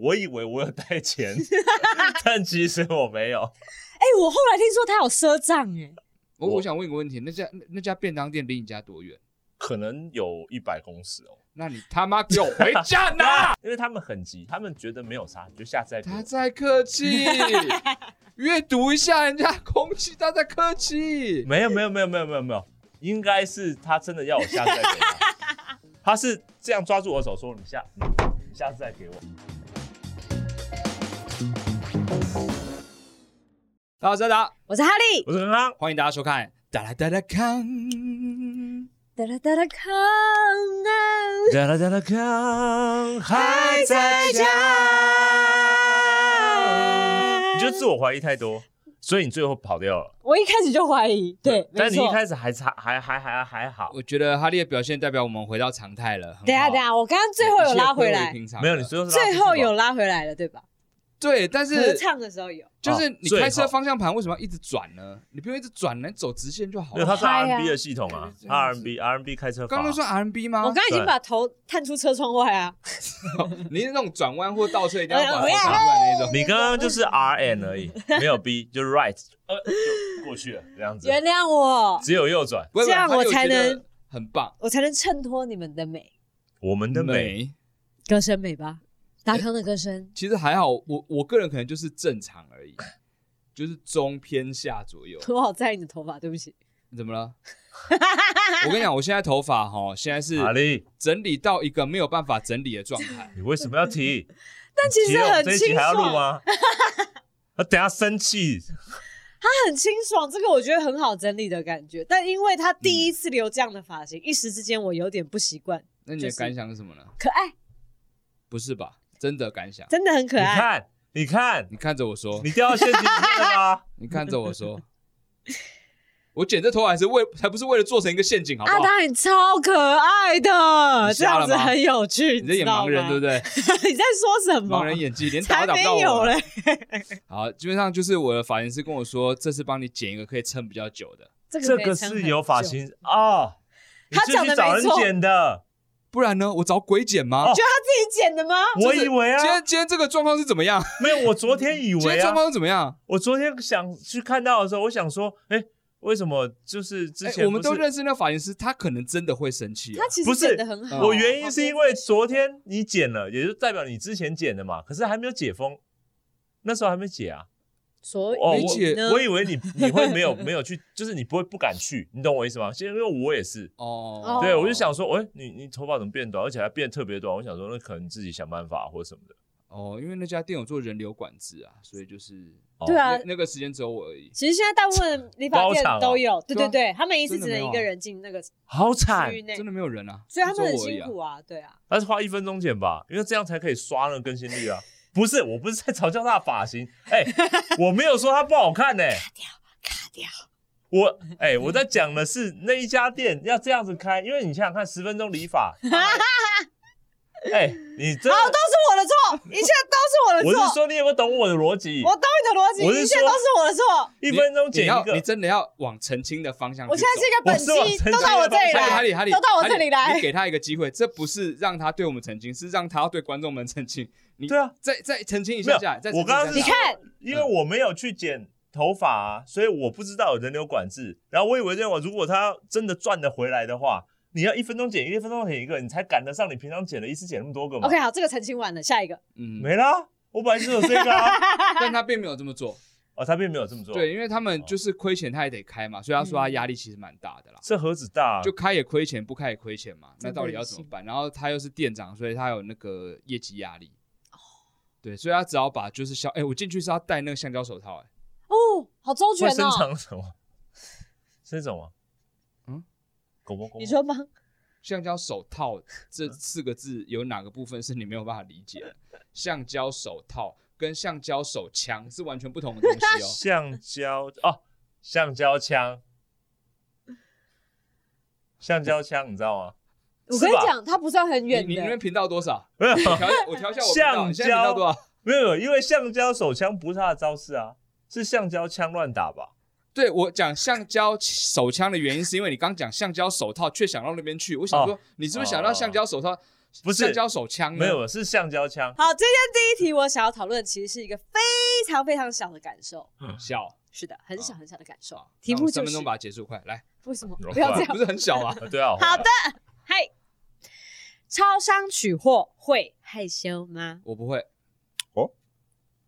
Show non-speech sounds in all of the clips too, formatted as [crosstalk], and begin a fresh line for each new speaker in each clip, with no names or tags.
我以为我有带
[laughs]
钱，但其实我没有。
哎、我后来听说他有赊账哎，
我
我
我想问一个问题，那家那那家便当店离你家多远？
可能有一百公尺哦，
那你他妈给我回
[laughs]
家拿！
因为他们很急，他们觉得没有差，就下次再给我
他在客气，阅读一下人家空气，他在客气。
没有没有没有没有没有没有，应该是他真的要我下次再给他，
[laughs]
他是这样抓住我的手说你下嗯你下次再给我。
大家好，我是阿达，
我是哈利。
我是刚刚
欢迎大家收看《哒啦哒啦康》。
哒啦哒啦康啊，
哒啦哒啦
[laughs]
康
还在
你就自我怀疑太多，所以你最后跑掉了。
我一开始就怀疑，对，
但你
没
一
错
开始还差还还还还好，
我觉得哈利的表现代表我们回到常态了。很好
等一
哦
下等一，下，我刚刚最后有拉回
一切
来
归为，平常了
没有你最后是拉出去
最后有
吧
拉回来了，对吧？
对，但
合
是
唱的时候有，
就是你
哦最
开
后
车方向盘为什么要一直转呢？你不用一直转，能走直线就好
没有，它
了。
是
嗨啊
RMB 的系统啊
哦对
，RMB RMB 开车法
刚
啊
刚算 RMB
我
吗？
刚刚已经
对
把头探出车窗外啊，
[laughs] 你是那种转弯或倒车一定要
哎呀
把
我
头
要
插出来那种。
你刚刚就是 RN 而已，
嗯
没有 B 就是
[laughs]
right，呃，就过去了这样子，
原谅我，
只有右转。
不会
这样
不
我
会他
才
就觉得
能
很棒。
我才能衬托你们的美，
我们的美，
歌声美吧，达康的歌声。
[laughs]
其实还好，我我个人可能就是正常而已，就是中偏下左右。
我好在意你的头发，对不起。
怎
[laughs]
么了？我跟你讲，我现在头发哈，现在是
阿力，
整理到一个没有办法整理的状态。
[laughs]
你为什么要提？
但其
提
实
了我们
很
这一
清
集还要
爽，
录
[laughs]
吗？我等下生气，
它很清爽，这个我觉得很好整理的感觉。但因为他第一次留这样的发型，一时之间我有点不习惯。
那你的
就是
感想是什么呢？
可爱，
不是吧？真的感
[laughs]
想？
真的很可
你
爱。
看，你看，
你看着我说，
你掉到陷阱里面了吗？
[laughs]
你看着我说， [laughs] 我剪这头发还是为，还不是为了做成一个陷阱，好不
阿
好？
达，你啊超可爱的，
你
这
瞎
样
了吗
子很有趣，
你在演
知道
盲人
吗
对
[laughs]
不对？
你在说什么？
盲人演技连打
才
都打不
没
到
有
我啊
嘞。，
好，基本上就是我的发型师跟我说，这次帮你剪一个可以撑比较久的，
这
这
可以
个
撑很
是有发
久，
型哦，你
他
是
讲
去
得
找
没
人
错
剪的，
不然呢，我找鬼剪吗？
哦
自己剪的吗？
我
就是
以为啊
今，天今天这个状况是怎么样？
没有，我昨天以
今
为
天
啊，
状况是怎么样？
我昨天想去看到的时候，我想说，哎，为什么就是之
哎，
前
我们
不
都
是
认识那个发型师，他可能真的会生气、啊
他。其
不
实
是
剪的很
哦
好。
我原因是因为昨天你剪了，也就代表你之前剪的嘛，可是还没有解封，那时候还没解啊。
所
哦，
没
以
解
呢
我我以为你你会没有没有去，就是你不会不敢去，你懂我意思吗？现在因为我也是，
哦，
对我就想，说，哎、你你头发怎么变短，而且还变得特别短？我想说，那可能你自己想办法或者什么的。
哦，因为那家店有做人流管制啊，所以就是
哦
对啊
那，那个时间只有我而已，
其实现在大部分理发
包
店
场哦
都有，对
对啊
对对，他们一次
真的
只能
没有
一
啊
个人进那个区
好惨，
域内，
真的没有人啊，
所以他们很
只有
辛
我而已
苦啊，对啊。 [laughs]
但是花一分钟剪吧，因为这样才可以刷那个更新率啊。 [laughs] 不是，我不是在嘲笑他的发型，哎、
[laughs]
我没有说他不好看呢、
卡掉，
我哎、我在讲的是那一家店要这样子开，因为你想想看，十分钟理发，哎、你真的，
好，都是我的错，一切都是我的
我
错。
是说你有没有懂我的逻辑
我？懂你的逻
我
辑，
是
一切
说
都是我的错。
一
你
分钟剪
你
一
要你
个，
真的要往澄清的方向去走。
我现在是一个本
我是
机，
往
都到我这里
成功的
哈利哈
来，
利哈利，
都到我这里
哈利
来
你。给他一个机会，这不是让他对我们澄清，是让他要对观众们澄清。你
对啊，
再再澄清一
没
下
有
下，再
我
澄清一下
刚刚
下
你看，
因为
嗯
我没有去剪头发、啊，所以我不知道有人流管制。然后我以为这我如果他真的赚得回来的话，你要一分钟剪一个，一分钟剪一个，你才赶得上你平常剪的一次剪那么多个嘛。
OK，好，这个澄清完了，下一个。
嗯，
没啦，我本来就有这个啊。 [laughs]
但他并没有这么做。
哦，他并没有这么做。
对，，因为他
哦
们就是亏钱，他也得开嘛，所以他说他压力其实蛮大的啦。
这何止大、啊，
就开也亏钱，不开也亏钱嘛，那
真的
到底要怎么办？然后他又是店长，所以他有那个业绩压力。
哦
对，所以他只好把就是消，哎、我进去是要戴那个橡胶手套、哎，
哦，好周全
会生
哦。
长什么？生什么？嗯
嗯，
狗狗狗。
你说吗？
橡胶手
[laughs]
套这四个字有哪个部分是你没有办法理解的？橡胶手套跟橡胶手枪是完全不同的东西哦。
橡胶哦，橡胶枪，橡胶枪，你知道吗？ [laughs]
我跟你
是吧
讲，它不算很远
你你那边
的。
频道
[laughs]
多少？
没有，
我调我调一下我频道，
橡
你现在频道
胶
多少？
没有，因为橡胶手枪不是他的招式啊，是橡胶枪乱打吧？
对我讲橡胶
哦
手枪的原因，是因为你刚讲橡胶手套，却想到那边去。我想说，你是不是想到橡胶手套？
不是
橡胶手枪呢
没有，是橡胶枪。
好，今天第一题我想要讨论，其实是一个非常非常小的感受，
小，
是的，很小
好
很小的感受
好。
题
啊那我
目
们
就
三
是
分钟把它结束，快来，
为什么
有
不要
快
这样
不？是很小吗？
啊对啊，
好的，嗨，超商取货会害羞吗？
我不会。
哦，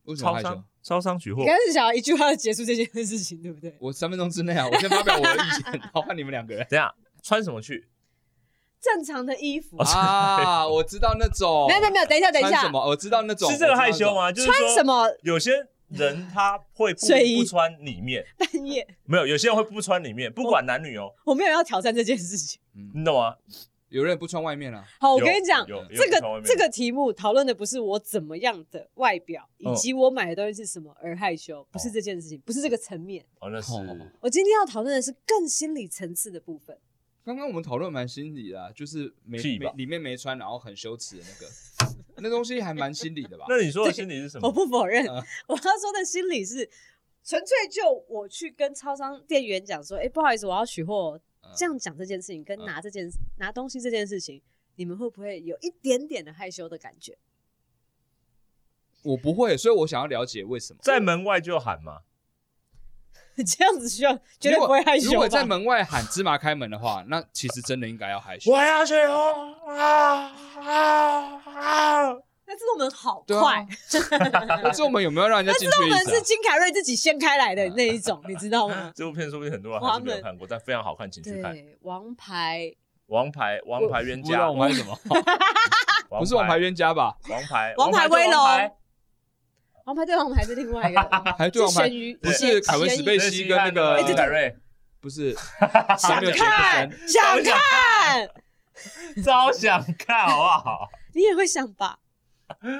为什么
超
害羞
商？超商取货
你刚，是想要一句话结束这件事情，对不对？
我三分钟之内啊，我先发表我的
[laughs]
意见，然后换你们两
[laughs]
个人
等一下穿什么去？
正常的衣服，
哦
啊。我知道那
[laughs]
种，
没有没有没有，等一下等一
穿
下
什，么？我知道那种，
是这个害羞
我
吗？就是
穿什
说
么
有些人他会不
睡衣
不穿里
[laughs]
面，
半夜？
没有，有些人会不穿里面，不管男女哦，
我没有要挑战这件事情。
知道那种？嗯
你懂吗？
有人不穿外面啊，
好，我
有
跟你讲，
有有
这
有从外面
个这个题目讨论的不是我怎么样的外表，以及我买的东西是什么而害羞，不是这件事情，不是这个层面。
哦，那是
好好好
我今天要讨论的是更心理层次的部分。
刚刚我们讨论蛮心理的啊，就是没
屁吧
没里面没穿，然后很羞耻的那
[laughs]
个，那东西还蛮心理的吧？
那你说的心理是什
我
么？
不否认，
嗯
我要说的心理是，纯粹就我去跟超商店员讲说，哎、不好意思，我要取货
嗯，
这样讲这件事情，跟
嗯
拿这件、拿东西这件事情，你们会不会有一点点的害羞的感觉？ [laughs]
我不会，所以我想要了解为什么。
在门外就喊嘛，
这样子需要 [laughs] 绝对
如
不
果
会害羞吧
如果在门外喊“芝麻开门”的话，那其实真的应该要害羞
我。要取
哦
货啊啊啊！
那这种门好
对
快，
[laughs] 啊可是我们有没有让人家进去
这种
的意
门
思
是
啊？
金凯瑞自己掀开来的那一种，你知道
[laughs]
吗？
这部片说不定很多人还是没有看过，但非常好看，请去看《
对，王牌
王牌王牌冤
不知道
家
我》们是什么？不是王牌冤家吧？
王牌
王牌
牌
威龙
龙，王牌
王牌对王牌是另外一个王牌，
还 [laughs] 对王
是
牌
咸鱼，
不
对
是凯文
咸
史
鱼
贝西跟那个
哎对对对凯瑞，
不是
想
还没有杰克
看
森，
想看，
超想看好不好？
你也会想吧？
[laughs]
[laughs]
对，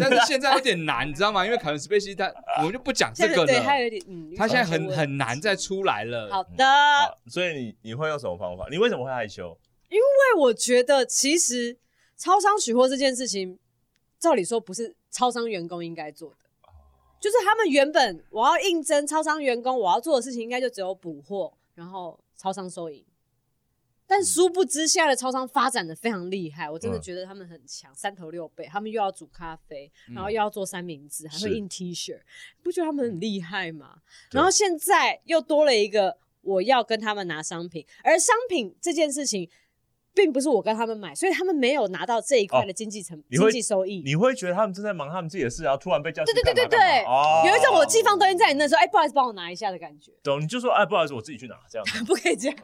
但
啊
是现在有点难，你知道吗？因为凯文史贝西他，我们就不讲这个
对，他
了。
有点，嗯，
他现在
有
很
点
很难再出来了。嗯
好的，
好所以你你会用什么方法？你为什么会害羞？
因为我觉得其实超商取货这件事情，照理说不是超商员工应该做的，就是他们原本我要应征超商员工，我要做的事情应该就只有补货，然后超商收银。但殊不知，现在的超商发展的非常厉害，我真的
嗯
觉得他们很强，三头六臂。他们又要煮咖啡，
嗯
然后又要做三明治，还会
是
印 T 恤，不觉得他们很厉害吗？
对
然后现在又多了一个，我要跟他们拿商品，而商品这件事情，并不是我跟他们买，所以他们没有拿到这一块的经济成、
你
经
会
济收益。
你会觉得他们正在忙他们自己的事，然后突然被叫去
对对对
干
对
嘛干
对，
嘛哦
有一种我寄放东西在你那时候，哎，不好意思，帮我拿一下的感觉，
懂，你就说哎，不好意思，我自己去拿，这样子 [laughs]
不可以这样。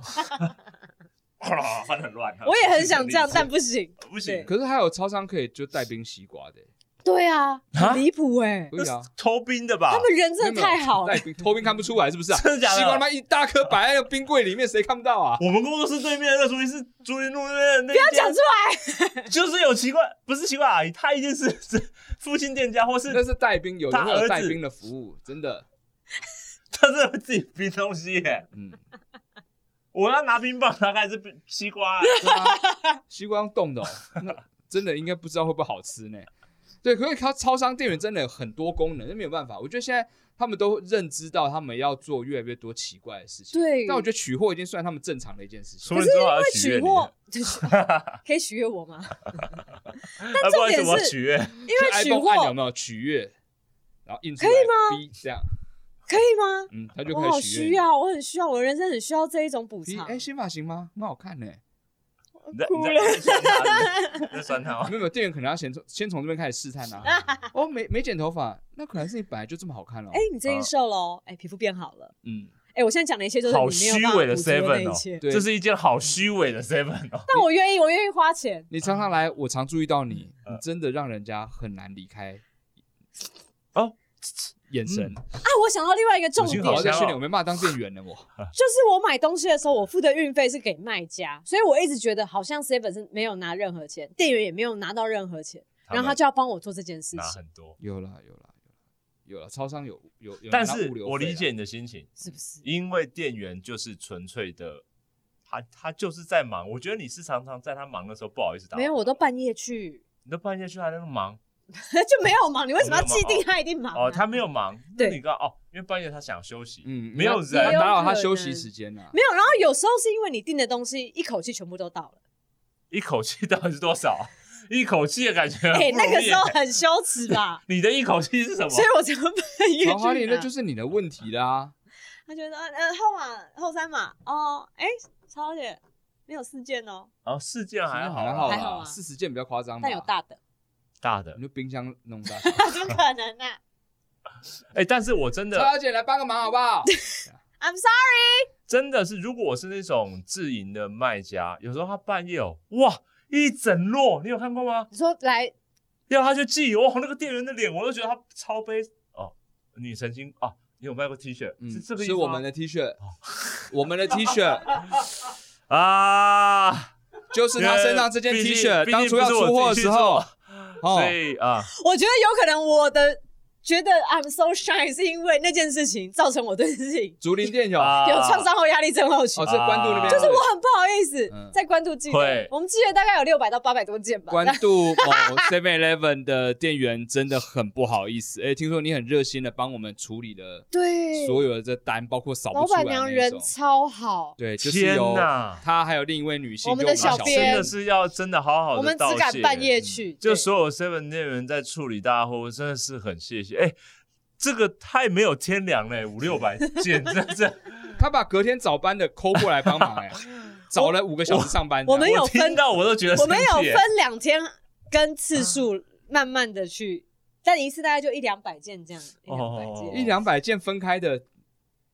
翻得很乱。
我也很想这样，但不行。
不行，
可是还有超商可以就带冰西瓜的，
对啊，
啊
很离谱哎，
可以啊。
偷冰的吧
他？们人 [laughs] 真的太好了
带。冰偷冰看不出来是不是啊？
[laughs] 真的假的
西瓜他妈一大颗摆在那个冰柜里面，谁看不到啊？
我们工作室对面的那属于是竹林路那边的那不
他讲出来，
就是有奇怪，不是奇怪阿姨，她一定是是 [laughs] 附近店家， [laughs] 或是
那是带冰，有
他
人会
儿
有
子
带冰的服务，真的。
她是会自己冰东西耶。
嗯，
我要拿冰棒，大概是冰西瓜耶。
对啊，西瓜用冻的、哦， [laughs] 那真的应该不知道会不会好吃呢。对，可是超超商店员真的有很多功能，那没有办法。我觉得现在他们都认知到他们要做越来越多奇怪的事情。
对
但我觉得取货已经算他们正常的一件事情。
除了之后还要许
取
愿你，
货就是可以许愿我吗？
啊，不好意思，
重点是
我要许愿。
因为
就
取
iPhone 按钮有
货
没有取悦，然后印出来
可以吗
B 这样，
可以吗？
嗯，他就
我
可
好
以许
需
愿你。
要，我很需要，我人生很需要这一种补
B，
偿
哎、。新发型吗？很好
[laughs]
看呢、
你在你在你在酸他，你在酸他吗 [laughs]
没？有没有，店员可能要先从先从这边开始试探
[laughs]
啊。哦，没没剪头发，那可能是你本来就这么好看了、
哎，你最近
啊
瘦了哦，哎，皮肤变好了。
嗯，
哎，我现在讲的一切就是
好
你没有办
虚
法
伪的
补足的
seven
那一
哦
切。
对，
这是一件好虚伪的 seven 哦。
但我愿意，我愿意花钱。
你常常来，我常注意到你，
嗯
你真的让人家很难离开。
哦，嗯
[laughs] 眼神，
啊，我想到另外一个重
五
点，
星
就
好
我在
香
训练，
哦
我没办法当店员了，我。
是我买东西的时候，我付的运费是给卖家，所以我一直觉得好像 seven 是没有拿任何钱，店员也没有拿到任何钱，
他们
[laughs] 然后他就要帮我做这件事
拿
情，
很多，
有啦有啦有啦有啦，超商有有有拿物流费啦。啊
但是我理解你的心情，
是不是？
因为店员就是纯粹的，他他就是在忙。我觉得你是常常在他忙的时候不好意思打扰，
没有，我都半夜去， [laughs]
你都半夜去他那边忙
就没有忙。你为什么要
没有忙
既定他一定忙啊？
哦，他没有忙，
对
那你刚哦，因为半夜他想休息，
嗯，
没有
你要
人
你要打扰
也有可
他
能
休息时间啊呐。
没有。然后有时候是因为你订的东西一口气全部都到了，
[laughs] 一口气到底是多少？一口气的感觉很不容易
哎、
耶。，
那个时候很羞耻吧
[laughs]
你的一口气是什么？
所以我才会半夜去拿。
黄华年那就是你的问题
[laughs]
啦。
他觉得呃呃后码后三码哦，哎、超姐没有四件哦，
然后事件还好
还
啊，
好
还好
啦，
啊
四十件比较夸张吧，
但有大的， [laughs]
大的
你。就冰箱弄
[laughs]
大。
怎么可能呢、啊、
哎，但是我真的
超姐来帮个忙好不好？
？I'm sorry，
真的是，如果我是那种自营的卖家，有时候他半夜哦，哇，一整摞，你有看过吗？
你说来
要他去寄，哇，那个店员的脸，我都觉得他超悲哦。你曾经啊，你有卖过 T 恤，
嗯，
是这个意
是
思吗哦
我们的 T 恤， [laughs] 我们的 T
[laughs]
恤
啊，
就是他身上这件
毕
T
竟
恤，
毕竟
当初要出货的时候
不是，
[laughs] 哦
所，以啊，
我觉得有可能我的觉得 I'm so shy 是因为那件事情造成我对事情
竹林店 [laughs] 有，哦，
啊
有创伤后压力症候群。
是关渡那边，
就是
我很不好意思，
哦嗯
在关渡记
会
得，我们记得大概有六百到八百多件吧。
[laughs] 关渡某 Seven Eleven 的店员真的很不好意思，哎，听说你很热心的帮我们处理了
[laughs] 对，
所有的这单，包括扫不
老
出来
板娘
那
人
种，
超好，
对，就是
天
有
哪，
他还有另一位女性，
我们
就
的
小
小编
真的是要真的
哦
好好
我
的
们
道
只敢
谢。
半
嗯
夜去。
就
对
所有 Seven 店员在处理大货，真的是很谢谢。哎、这个太没有天良嘞，五六百
[laughs]
件，真的是。
他把隔天早班的抠过来帮忙、
[laughs]
哎，早了五个小时上班这
我
样。
们有
我
分
听到我都觉得
我们有
生气耶
分两天跟次
啊
数，慢慢的去，但一次大概就一两百件这样，一两百
哦
一
件。
两百件分开的，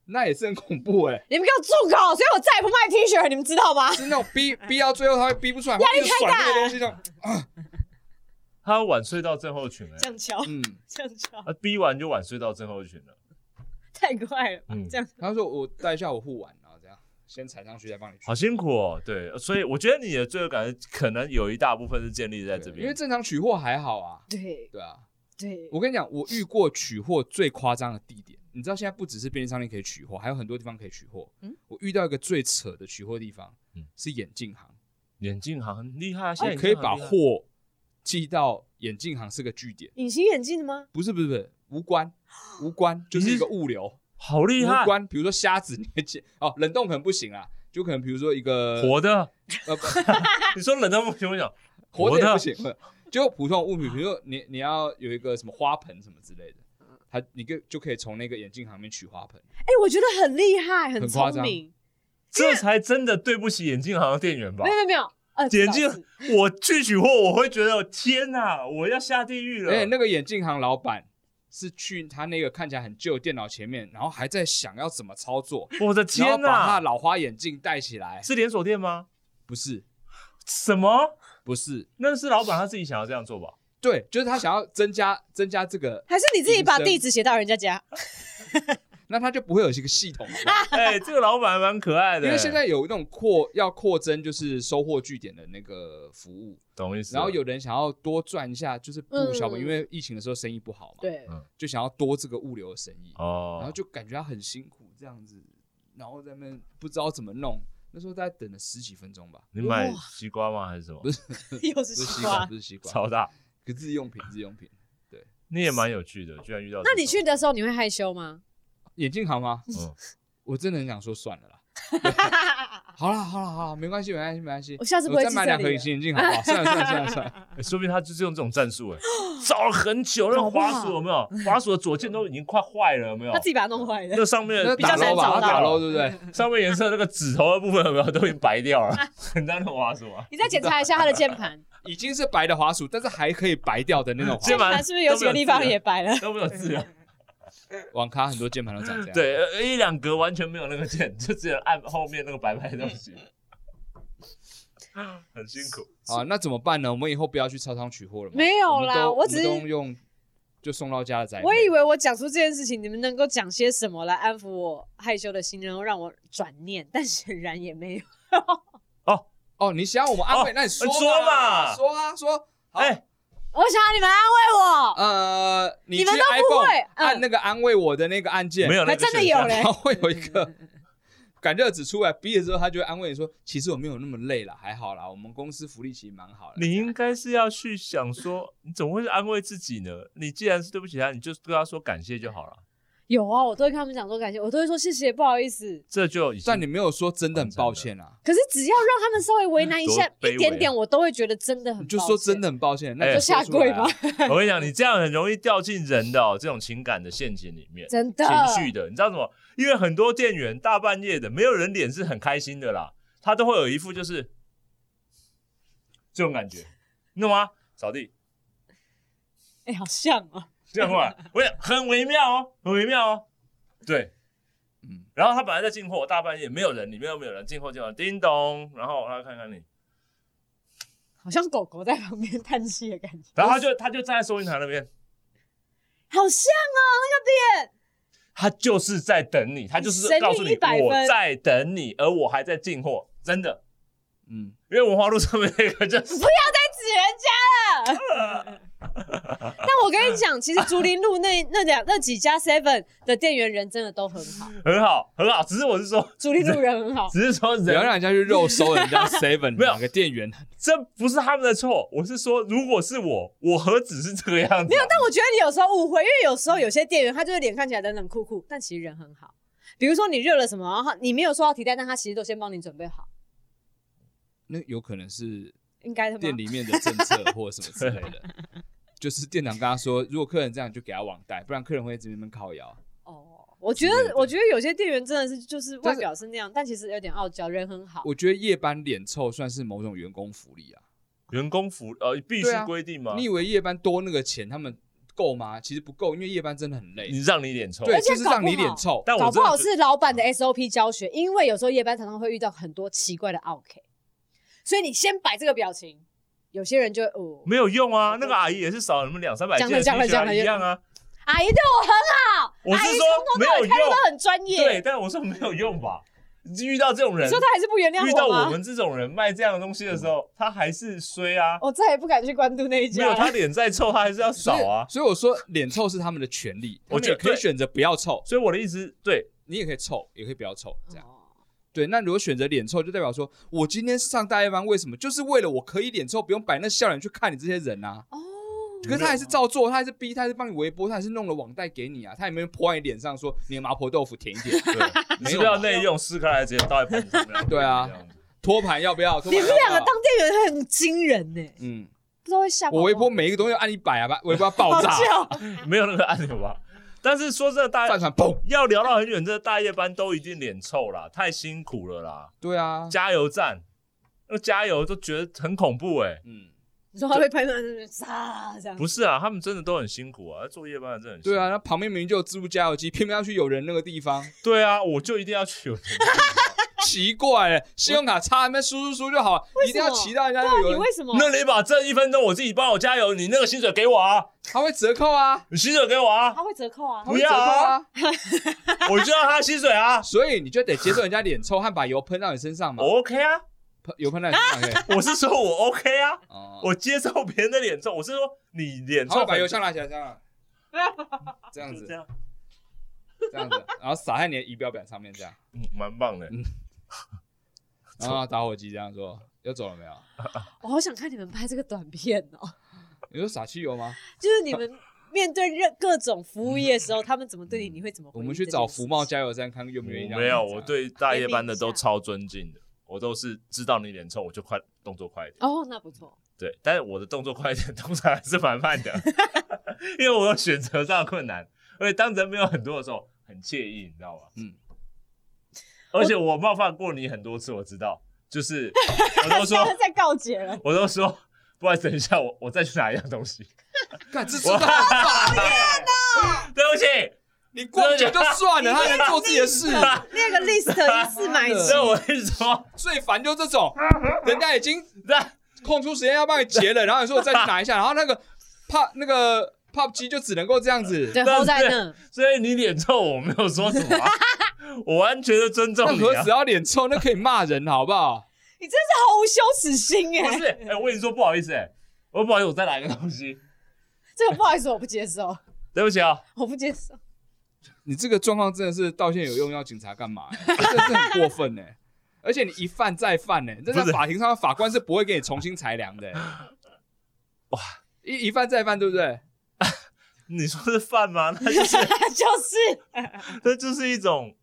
那也是很恐怖哎、
你们给我住口！所以我再也不卖 T 恤了，你们知道
[laughs]
吗？
是那种
[laughs]
逼逼到最后他会逼不出来，压力太大。那个东西就
他晚睡到症候群哎、
这样敲，
嗯，
这样敲，
啊，逼完就晚睡到症候群了。
太快了吧
嗯？
啊这样
他说我带一下我护腕，然后这样先踩上去再帮你去。
好辛苦哦，对，所以我觉得你的罪恶感可能有一大部分是建立在这
对因为
边，
正常取货还好啊。
对
对啊，
对，
我跟你讲，我遇过取货最夸张的地点。你知道现在不只是便利商店可以取货，还有很多地方可以取货。
嗯
我遇到一个最扯的取货地方，
嗯
是眼镜行。
眼镜行很厉害啊，现在
你哦可以把
眼镜行很厉害
货寄到眼镜行是个据点，
隐形眼镜的吗？
不是不是不是无关无关，就是一个物流
好厉
无
害，
关。比如说虾子，你可以寄哦，冷冻可能不行啊，就可能比如说一个
活
[laughs]
的，
呃不
你说冷到不行，我想
活的也
活的
不行，不就普通的物品，比如说你你要有一个什么花盆什么之类的，它你就就可以从那个眼镜行里面取花盆。
哎，我觉得很厉害，很
很夸
聪
张
明。
这才真的对不起眼镜行的店员吧
没？有没有没有，呃，
眼
至
镜
少
啊
是，
我去取货，我会觉得天哪，我要下地狱了。
而且哎那个眼镜行老板是去他那个看起来很旧的电脑前面，然后还在想要怎么操作，
我的
然后
天
把他
哪
的，老花眼镜戴起来。
是连锁店吗？
不是
什么？
不是，
那是老板他自己想要这样做吧？
对，就是他想要增加增加这个，
还是你自己把
隐身
地址写到人家
[laughs]
家？
那他就不会有一个
[laughs]
系统了。
哎、这个老板还蛮可爱的、
因为现在有那种扩要扩增，就是收获据点的那个服务，
懂意思了。
然后有人想要多赚一下，就是布小
嗯
本，因为疫情的时候生意不好嘛，，
对
嗯
就想要多这个物流的生意，
哦，
然后就感觉他很辛苦这样子，然后在那边不知道怎么弄，那时候大概等了十几分钟吧，
你买
哇
西瓜吗？还是什么
不？是
[laughs] 又是
不是西
西
瓜，
瓜
不。是西瓜，
超大，
可日用品日用品，
你也蛮有趣的，居然遇到这种。
那你去的时候你会害羞
[laughs]
吗？
眼镜行吗？
嗯，
我真的很想说算了啦。好啦好啦好啦，没关系没关系没关系，
啊我下次不会
再
记
买
这
两
里
盒隐
了
形眼镜好不好？算了算了算了
[laughs]
算了，
欸说不定他就是用这种战术，哎，
哦
找了很久，那
搞
种
不好
滑鼠有没有？滑鼠的左键都已经快坏了，有
哦
没有
他？自己把它弄坏的。
那上面
那
的
比较
打
难
捞吧，
找
他打
到
捞对不对？
上面颜色那个指头的部分有没有都已经白掉
[laughs]
了？很难弄滑鼠啊。
你再检查一下它的键盘，
已经是白的滑鼠，但是还可以白掉的那种滑
键
键
鼠。
盘
盘是不是有几个地方也白了？
都没有字了，
网咖很多键盘都长这样。，
对，呃一两格完全没有那个键，就只有按后面那个白白的东
[laughs]
西，很辛苦。
啊，那怎么办呢？我们以后不要去超商取货了吗？
没有啦
我们都
我
我
只是
们都用就送到家的宅配。
我以为我讲出这件事情，你们能够讲些什么来安抚我害羞的心，然后让我转念，但显然也没有。
哦，你想要我们安慰
哦，
那你说
说
嘛，
嘛
说啊说。好
哎，
我想要你们安慰
呃，你去
你们都不会
iPhone
嗯
按那个安慰我的那个按键，
没有
我，
那
还
个
真的
选项
有嘞
然。后会有一个 [laughs] 感热纸出来，毕业之后他就会安慰你说：“其实我没有那么累啦，还好啦，我们公司福利其实蛮好的。”
[laughs] 你应该是要去想说，你怎么会是安慰自己呢？你既然是对不起他，你就对他说感谢就好了。
有啊，我都会跟他们讲说感谢，我都会说谢谢，不好意思。
这就已经
但你没有说真的很抱歉啊，
可是只要让他们稍微为难一下
嗯
多卑微
一点点，我都会觉得真的很抱
你啊就
歉。
说真的很抱歉，
嗯
那
哎
就
你说
下
出来
跪
啊
吧，
我跟你讲，你这样很容易掉进人的、哦、这种情感的陷阱里面，
[laughs] 真的
情绪的。你知道什么？因为很多店员大半夜的，没有人脸是很开心的啦，他都会有一副就是这种感觉，你懂吗？扫地
哎、好像哦，
这样过来，我也很微妙哦，很微妙哦，对。
嗯，
然后他本来在进货，大半夜没有人，里面又没有人，进货进完叮咚，然后他看看你，
好像狗狗在旁边叹气的感觉，
然后他就他就站在收银台那边，
好像啊，那个店
他就是在等你，他就是
神韵
告诉你
100分
我在等你，而我还在进货，真的。
嗯，
因为文化路上面那个就是
[laughs] 太指人家
[laughs]
了。但我跟你讲，其实竹林路那那两那几家 Seven 的店员人真的都很
[laughs]
好，
很好，很好，只是我是说，
竹林路人很好。
只是说
不要
人
让人家去肉搜
[laughs]
人家 seven
没有
两个店员，
这不是他们的错，我是说，如果是我，我何止是这个样子啊、
但我觉得你有时候误会，因为有时候有些店员他就是脸看起来冷冷酷酷，但其实人很好。比如说你热了什么，然后他你没有收到提袋，但他其实都先帮你准备好，
那有可能是
应该的
店
吗？
里面的政策或什么之类
[laughs]
的。就是店长跟他说，如果客人这样，你就给他网贷，不然客人会在这边靠摇。
哦，我觉得我觉得有些店员真的是就是
但
外
是
表是那样，但其实有点傲娇，人很好。
我觉得夜班脸臭算是某种员工福利啊。
员工服呃必须
对啊
规定吗？
你以为夜班多那个钱他们够吗？其实不够，因为夜班真的很累。
你让你脸臭，
对，
而且
就是
搞
让
不
你脸
好
臭。
但我
搞
真
不
的
好
觉
是老板的 SOP 教学，因为有时候夜班常常会遇到很多奇怪的 OK，所以你先摆这个表情，有些人就会哦，
没有用啊，那个阿姨也是少你们两三百件的 T
讲了
恤
讲了讲
啊
了
一样啊。
阿姨对我很好，
我是
阿姨
说
从头到尾
没有
态
用
度都很专业，
对，但我说没有用吧，遇到这种人
所以，他还是不原谅
遇到
吗？
我们这种人卖这样的东西的时候，他还是衰啊，
[laughs] 我再也不敢去关渡那一
没
家
有
了。
他脸再臭，他还是要
所
扫
以
啊。
所以我说脸臭是他们的权利，
我觉得
他们也可
对
以选择不要臭，
所以我的意思，对，
你也可以臭，也可以不要臭，这样。
哦
对，那如果选择脸臭，就代表说我今天上大夜班，为什么？就是为了我可以脸臭，不用摆那笑脸去看你这些人啊。
哦，
可是他还是照做，他还是逼，他还是帮你微波，他还是弄了网袋给你啊，他也没有泼在你脸上说你的麻婆豆腐甜一点，
对，
啊
你是不是要内用撕开来直接倒在盘子上面？
对啊
这样子，
托盘要不要？托
你
盘
们
要不要
两个当店员很惊人呢，
嗯，
不知道会吓跑
我微波
吗
每一个东西都按一百啊，把微波要
好
爆炸，
笑，
没有那个按钮吧？但是说真的，大
饭团砰，
要聊到很远，这大夜班都一定脸臭啦，太辛苦了啦。
对啊，
加油站，那加油都觉得很恐怖哎、
嗯，
你说他被拍到在那 [laughs] 边杀这样，
不是啊，他们真的都很辛苦啊，做夜班的真的很辛苦
对啊，那旁边明明就有自助加油机，偏偏要去有人那个
[laughs]
地方，
对啊，我就一定要
[laughs]
去有人
奇怪、欸，信用卡插那边输输输就好了，一定要
什么
骑到人家
对
那
啊，
个有
你
人
为什么？
那你把这一分钟我自己帮我加油，你那个薪水给我啊，
他会折扣啊，
你薪水给我啊
[laughs]
他，会折扣啊
他，
不
会折
要
扣
啊
啊，
我就要他薪水啊
所以你就得接受人家脸臭和把油喷到你身上嘛，
我，OK 啊，
喷油喷到你身上可以。
我是说我 OK 啊， [laughs]
哦
我接受别人的脸臭，我是说你脸
然后
臭
把
很
油箱拿起来，这样，啊这样
就这
子，
样，
这样子，然后撒在你的仪表板上面，这
[laughs]
样，
嗯，蛮棒的。
然后打火机这样说，要走了没有？
我好想看你们拍这个短片哦。
你说撒汽油吗？
就是你们面对任各种服务业的时候，他们怎么对你，你会怎么回
嗯我
应
们
这
去
件事情？
找福茂加油站看看有
我
没有人这
嗯
样
没有，
子啊
我对大夜
[laughs]
班的都超尊敬的，我都是知道你脸臭，我就快动作快一点。
哦，那不错，
对，但是我的动作快一 [laughs] 点，通常还是蛮慢的， [laughs] 因为我有选择上的困难，而且当人没有很多的时候，很惬意，你知道吗？
嗯，
而且我冒犯过你很多次，我知道，就是我都说
现，在在告解
[laughs]
了，
我都说，不然等一下我我再去拿一样东西，[laughs]
干这是
我
他
[laughs] 对不起，
你逛街就算了，他能做自己
[laughs]
的事。
那个 list 一次买齐
所以我是说，
最烦就这种，人家已经
那
空出时间要帮你结了，然后你说我再去拿一下，然后那个 pop 那个 pop 机就只能够这样
[laughs]
对
子。
但是
hold 在那，
所以你脸臭，我没有说什么啊、我完全的尊重
那 [laughs]
你
何
啊
止。要脸臭，那可以骂人，好不好？
你真是毫无羞耻心
不
哎！
是，哎、我跟你说，不好意思、哎，我不好意思，我再来一个东西，
这个不好意思，我不接受，
对不起啊、
我不接受。
你这个状况真的是道歉有用，要警察干嘛、欸？ [laughs] 这真的是很过分呢、欸而且你一犯再犯呢、欸，这在
不是
法庭上法官是不会给你重新裁量的、欸。哇，一一犯再犯，对不对？
你说是饭
[laughs]
吗？那就是
就是
那就是一种，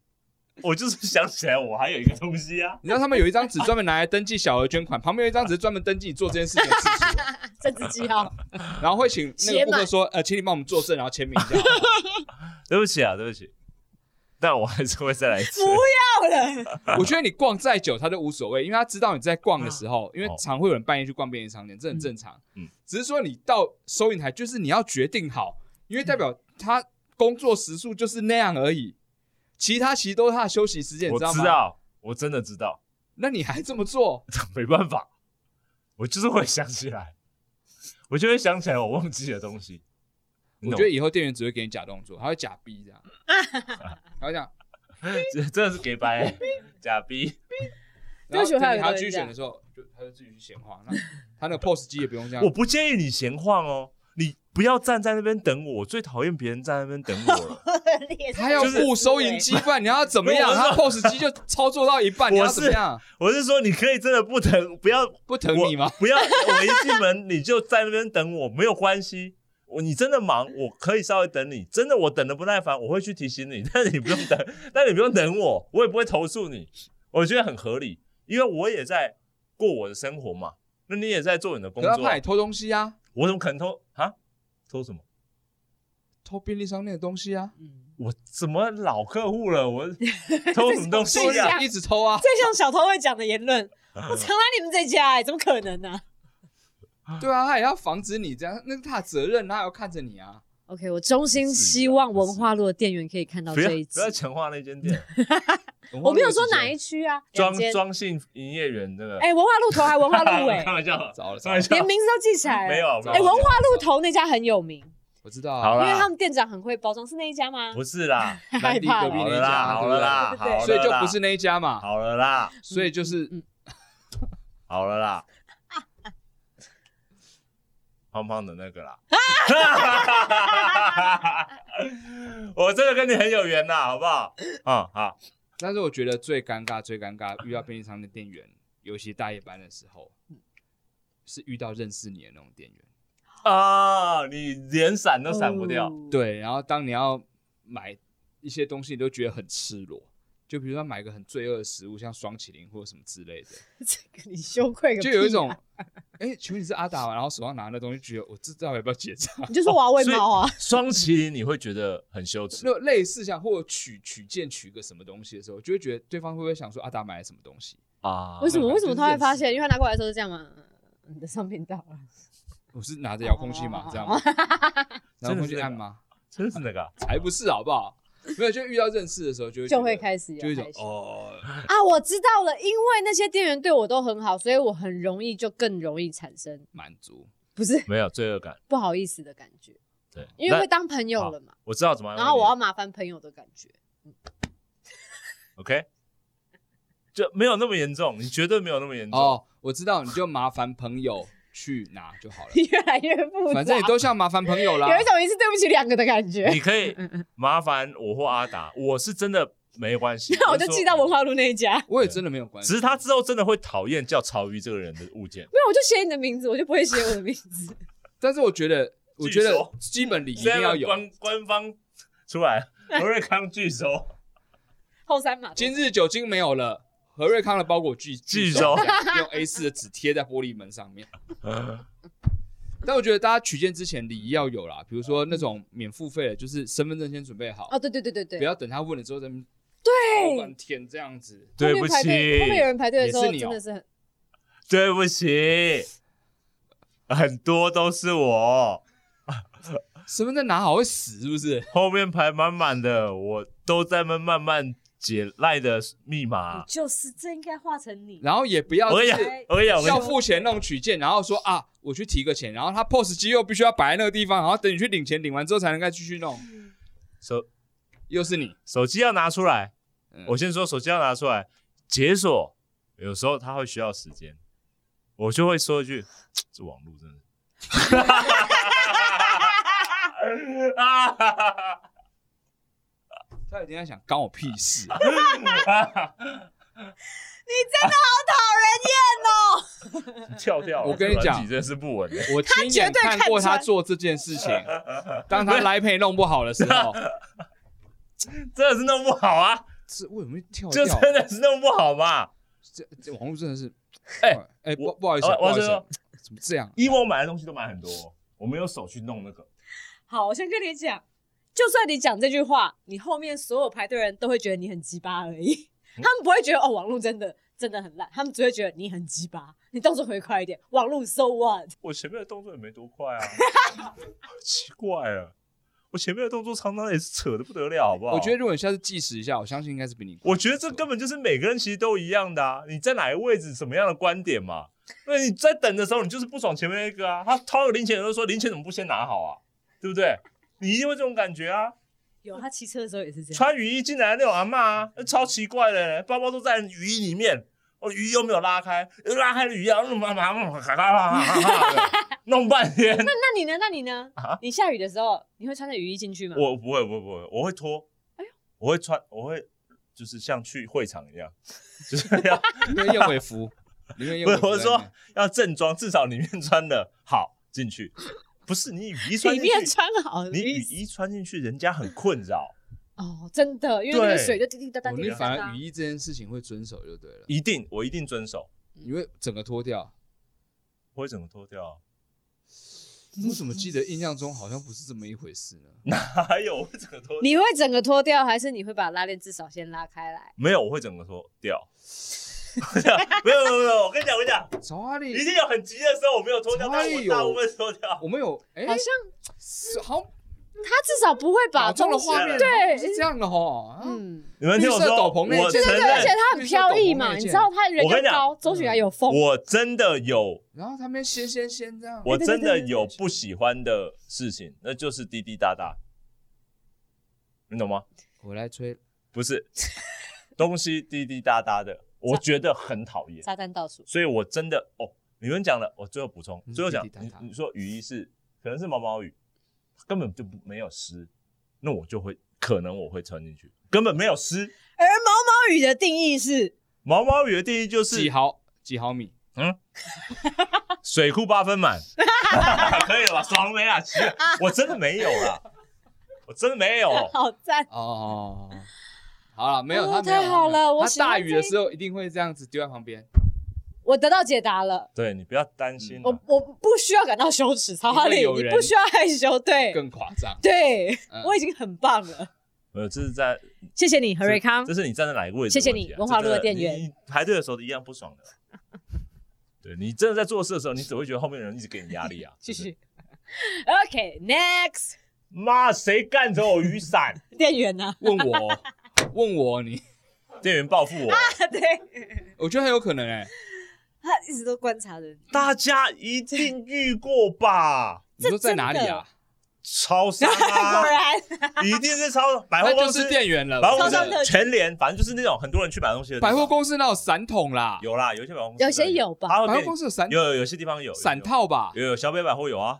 我就是想起来我还有一个东西啊，
你知道他们有一张纸专门拿来登记小额捐款，旁边有一张纸是专门登记你做这件事情的次数，
政治记
[laughs]
号，
然后会请那个顾
写
客
满
说，呃，请你帮我们作证，然后签名这样。
对不起啊，对不起，但我还是会再来一次
不。要了。
[laughs]
我觉得你逛再久他都无所谓，因为他知道你在逛的时候，因为
哦
常会有人半夜去逛便利商店，这很正常。
嗯
只是说你到收银台，就是你要决定好，因为代
嗯
表他工作时数就是那样而已，其他其实都是他的休息时间，你
我
知道吗？
知道，我真的知道，
那你还这么
[laughs]
做？
没办法，我就是会想起来，我就会想起来我忘记的东西。你
我
懂
觉得以后店员只会给你假动作，他会假逼
[laughs]
这样，
[laughs]
他会这样。
这真的是给白、欸、假逼，
对不
然后
起我还有
他
一个
去
人这
选
样
的时候，就他就自己去闲话，那他那个 POS 机也不用这样
我。不建议你闲晃哦，你不要站在那边等我，我最讨厌别人站在那边等我
[laughs]
了。
他要
就是
雇收银机办，不然你要怎么样？
[laughs] 我是
他 POS 机就操作到一半，你
我
要怎么
是
样？
我是说，你可以真的不等，不要
不疼
我
你吗？
不要，我一进门你就在那边等我，没有关系。我你真的忙，我可以稍微等你。真的我等的不耐烦，我会去提醒你，但是你不用等， [laughs] 但你不用等我，我也不会投诉你。我觉得很合理，因为我也在过我的生活嘛，那你也在做你的工
可是他
作
怕
啊
你。偷东西啊，
我怎么可能偷啊？偷什么？
偷便利商店的东西啊，
嗯
我怎么老客户了？
[laughs]
我偷什么东西啊
这
呀、
下
一直偷啊。
这像小偷会讲的言论，我常来你们这家、哎，怎么可能呢、
对啊，他也要防止你这样，那是他的责任，他也要看着你啊。
OK，我衷心希望文化路的店员可以看到
不要
这一集
不。要强化那间店，
我没有说哪一区啊，
装
两间。
装信营业员这个。
哎、文化路头还文
[laughs]
化路尾
开，玩笑的，
糟了
开玩笑
连名字都记起来了。
没有啊没有
哎、文化路头那家很有名，
我知道啊。
好啦
因为他们店长很会包装，是那一家吗？
[laughs] 不是啦，
[laughs]
南地 [laughs] 隔壁
好
那
了
一家，
啦，好了啦，
对不
好了啦，
对
对不对，所以就不是那一家嘛，
好了啦，
所以就是
嗯
好了啦， [laughs] 胖胖的那个啦， [laughs] 我真的跟你很有缘呐，好不好？嗯，好，
但是我觉得最尴尬、最尴尬，遇到便利商店店员，尤其大夜班的时候，
嗯
是遇到认识你的那种店员。
啊，你连闪都闪不掉，
哦。
对，然后当你要买一些东西，你都觉得很赤裸。就比如说买个很罪恶的食物，像双麒麟或什么之类的，
[laughs] 这个你羞愧个屁
就
啊
有一种，哎、请问你是阿达吗？然后手上拿的东西，觉得我知道要不要结账？ [laughs]
你就说我要喂
所以
猫啊，
双麒麟你会觉得很羞耻，
那类似像或取取件取个什么东西的时候，就会觉得对方会不会想说阿达买了什么东西？
啊
[laughs] 为什么？
啊
为什么他会发现？
就是
因为他拿过来的时候是这样嘛，嗯你的商品到了，
我是拿着遥控器
哦
嘛，
[laughs]
这样吗？
真的是
然后控去
这个
按吗？
真是那个啊
才不是好不好？没有，就遇到认识的时候就会
就
觉
会
得
开始有
就一种
开心
哦，
啊，我知道了，因为那些店员对我都很好，所以我很容易就更容易产生
满足。
不是
没有罪恶感，
不好意思的感觉，
对，
因为会
那
当朋友了嘛，
我知道怎么安慰
然
你，
后我要麻烦朋友的感觉。。
OK，就没有那么严重，你绝对没有那么严重。
哦，我知道，你就麻烦朋友去拿就好了
越来越复 [laughs] 杂，
反正你都像麻烦朋友啦。
有一种一次对不起两个的感觉。
你可
嗯
以麻烦我或阿达，我是真的没关系。
[laughs] [laughs] 那我就
说
寄到文，化路那一家， [laughs] 没
我也真的没有关系。
只是他之后真的会讨厌叫曹瑜这个人的物件。
有我就写你的名字，我就不会写我的名字。
但是我觉得，我
据
觉得
说
基本礼仪一
虽
定要
然
有。
官官方出来，何
[laughs]
瑞康拒收，
后三
[laughs]
码头
今日酒精没有了，何瑞康的包裹拒
拒收
收，用 A 4的纸贴在玻璃门上
[laughs]
面。
嗯
但我觉得大家取件之前礼仪要有啦，比如说那种免付费的，就是身份证先准备好，
哦，对对对对对，
不要等他问了之后再那边
对
老半天这样子。
对不
后面排
起，
队后面有人排队的时候，
也是你哦
真的是很
对不起，很多都是我，
身份证拿好会死是不是？
后面排满满的，我都在慢慢慢解赖的密
啊
码。
就是这应该画成你。
然后也不要
我跟你
哦就
讲
是，
我跟你
[laughs]
讲，我跟
要
你讲
付钱弄取件，然后说啊，我去提个钱，然后他 POS 机又必须要摆在那个地方，然后等你去领钱，领完之后才能再继续弄。
手
又是你，
手机要拿出来。
嗯
我先说手机要拿出来解锁，有时候它会需要时间，我就会说一句：“这网络真的。” [laughs] 哈哈哈
他一定在想，关我屁事啊、
哈哈！
你哦
跳掉了。
我跟你讲
软体真的是不稳的。
我亲眼看过 [laughs] 他做这件事情。
[laughs]
当他来陪弄不好的时候，
真的是弄不好啊，
[laughs] 这为什么会跳
就
掉？
真的是弄不好嘛。
这这网络真的是，
哎
哎，不
我
不好意思，
我
不好
我
意思
说，
怎么这样？
以我买的东西都买很多，我没有手去弄那个。
[laughs] 好，我先跟你讲，就算你讲这句话，你后面所有排队人都会觉得你很鸡巴而已，
嗯
他们不会觉得哦，网络真的真的很烂，他们只会觉得你很鸡巴，你动作回快一点，网络 so what？
我前面的动作也没多快
[laughs]
啊，奇怪了，我前面的动作常常也是扯的不得了，好不好？
我觉得如果你下次计时一下，我相信应该是比你快。
我觉得这根本就是每个人其实都一样的啊，你在哪个位置，什么样的观点嘛？那你在等的时候，你就是不爽前面那个啊，他掏个零钱的时候说零钱怎么不先拿好啊，对不对？你一定会这种感觉啊！
有他骑车的时候也是这样，
穿雨衣进来的那种阿嬷啊，那超奇怪的、包包都在雨衣里面，哦，雨衣又没有拉开，拉开了雨衣，然后妈妈咔咔咔咔弄半天。
那你呢？那你呢？
啊
你下雨的时候，你会穿着雨衣进去吗？
我不会，不会，不会，我会脱，我会穿，我会就是像去会场一样，就是要
里面燕尾服，里面燕尾服在里面。
不是我是说要正装，至少里面穿的好进去。不是你雨衣穿
里
进
面
去，
穿好的
你
意
雨
思
衣穿进去，人家很困扰，
哦，真的，因为那个
对
水就滴滴答答
哦
滴啊
你
滴答
反而
答
雨。衣这件事情会遵守就对了，
一定我一定遵守，
你会整个脱掉。
不会整个脱掉 [laughs] 啊。
嗯
我怎么记得印象中好像不是这么一回事呢？
[laughs]
哪有我会整个脱？
你会整个脱掉，还是你会把拉链至少先拉开来？
没有，我会整个脱掉。 [laughs] 没有没有没有，我跟你讲，我跟你讲，
查理，
一定有很急的时候我没有脱掉，但
哪里
我
有
大部分脱掉。
我们有哎，
好像
好像
他至少不会
哦
把
脑中的
东西
画
画
面哦
对
面是这样的哈。啊
嗯，
你们听我
绿色
说，
斗篷那一
我
件
承
对对
而且
认，
他很飘逸嘛，
绿
你
色斗篷那件
知道他人
我跟你
又
讲
高，周雪还有风，
我真的有，
然后他们先先先这样，
我
对对
真的
对对对
有不喜欢的事情，那就是滴滴答答，你懂吗？
我来吹，
不是 [laughs] 东西滴滴答答的，我觉得很讨厌。
炸弹倒数，
所以我真的哦，你们讲了，我最后补充
嗯，
最后讲
滴滴答答
你你说雨衣是可能是毛毛雨，根本就不没有湿，那我就会可能我会穿进去，根本没有湿。
而毛毛雨的定义是
毛毛雨的定义就
几
是
毫几毫米，
水库八分满，可以了吧？爽没啊？奇了，我真的没有啦，我真的没有。
好赞，
哦，好了，没有，
哦
他没有
太好了我
他
喜欢
大雨的
这一
时候一定会这样子丢在旁边，
我得到解答了，
对你不要担心
嗯
啊、
我我不需要感到羞耻，曹哈利，
因为有
你
人
不需要害羞，对
更夸张。
对
嗯，
我已经很棒了，
没有，这是在
谢谢你，何瑞康
这，是你站在哪啊一个位置、
谢谢你文化路的店员，
你排队的时候一样不爽的。对你真的在做事的时候，你只会觉得后面的人一直给你压
[laughs]
力啊。
继续。OK，next，
妈，谁干走我雨伞？
店员啊呢？
问我， [laughs] 问我你，
店员报复我。
[laughs] [laughs] 对，
我觉得很有可能哎、
他一直都观察着你，
大家一定遇过吧？
你说在哪里啊？
超商
[laughs] 果
啊，
然
一定是超百
那
货
就
公司
是，店员了，
百货
超
公
商特
司
区
全联，反正就是那种很多人去买东西的地
百
方
货公司那有散桶啦，
有啦，有些百货公司
有些有吧
它会
百货
给你
公司有散
有有有些地方有
散，套吧？
有有有小北百货有啊，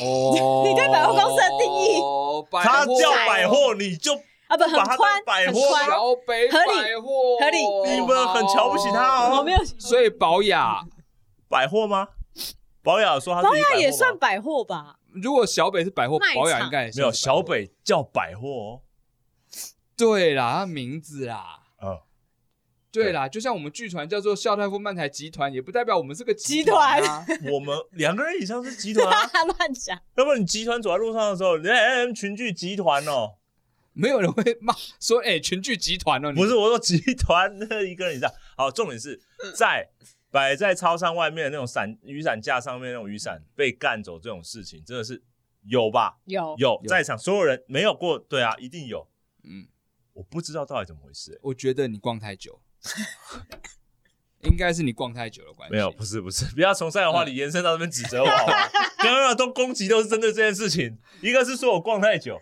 哦，
你对百货公司的定义
义，
它叫百货，你就
啊，不，很
把它当
宽，
百
很
货
宽，
小北百货，
合理合
理你们很瞧不起他哦
我没有，
所以保雅，
百货吗？保雅说它
保
是一百
雅
货
也
吗
算百货吧？
如果小北是百货
卖，场
保雅应该也是
没有小
百货。
北叫百货
对啦，他名字啦。
哦，嗯，
对啦，就像我们剧团叫做孝太夫漫才集团，也不代表我们是个啊。
我们两个人以上是集团啊，
[laughs] 乱讲，
要不然你集团走在路上的时候，人家哎群聚集团哦，
[laughs] 没有人会骂说，哎、群聚集团哦，你
不是，我说集团那一个人以上。好，重点是
嗯
在摆在超商外面的那种伞雨伞架上面那种雨伞被干走这种事情，真的是有吧？
有
有
哦有
在场所有人没有过，对啊，一定有。
嗯，
我不知道到底怎么回事、欸
我觉得你逛太久，应该是你逛太久的关系。
没有，不是不 [laughs] 是，不要从三角
嗯
话里延伸到那边指责我
[laughs]
好吗？刚刚都攻击都是针对这件事情，一个是说我逛太久，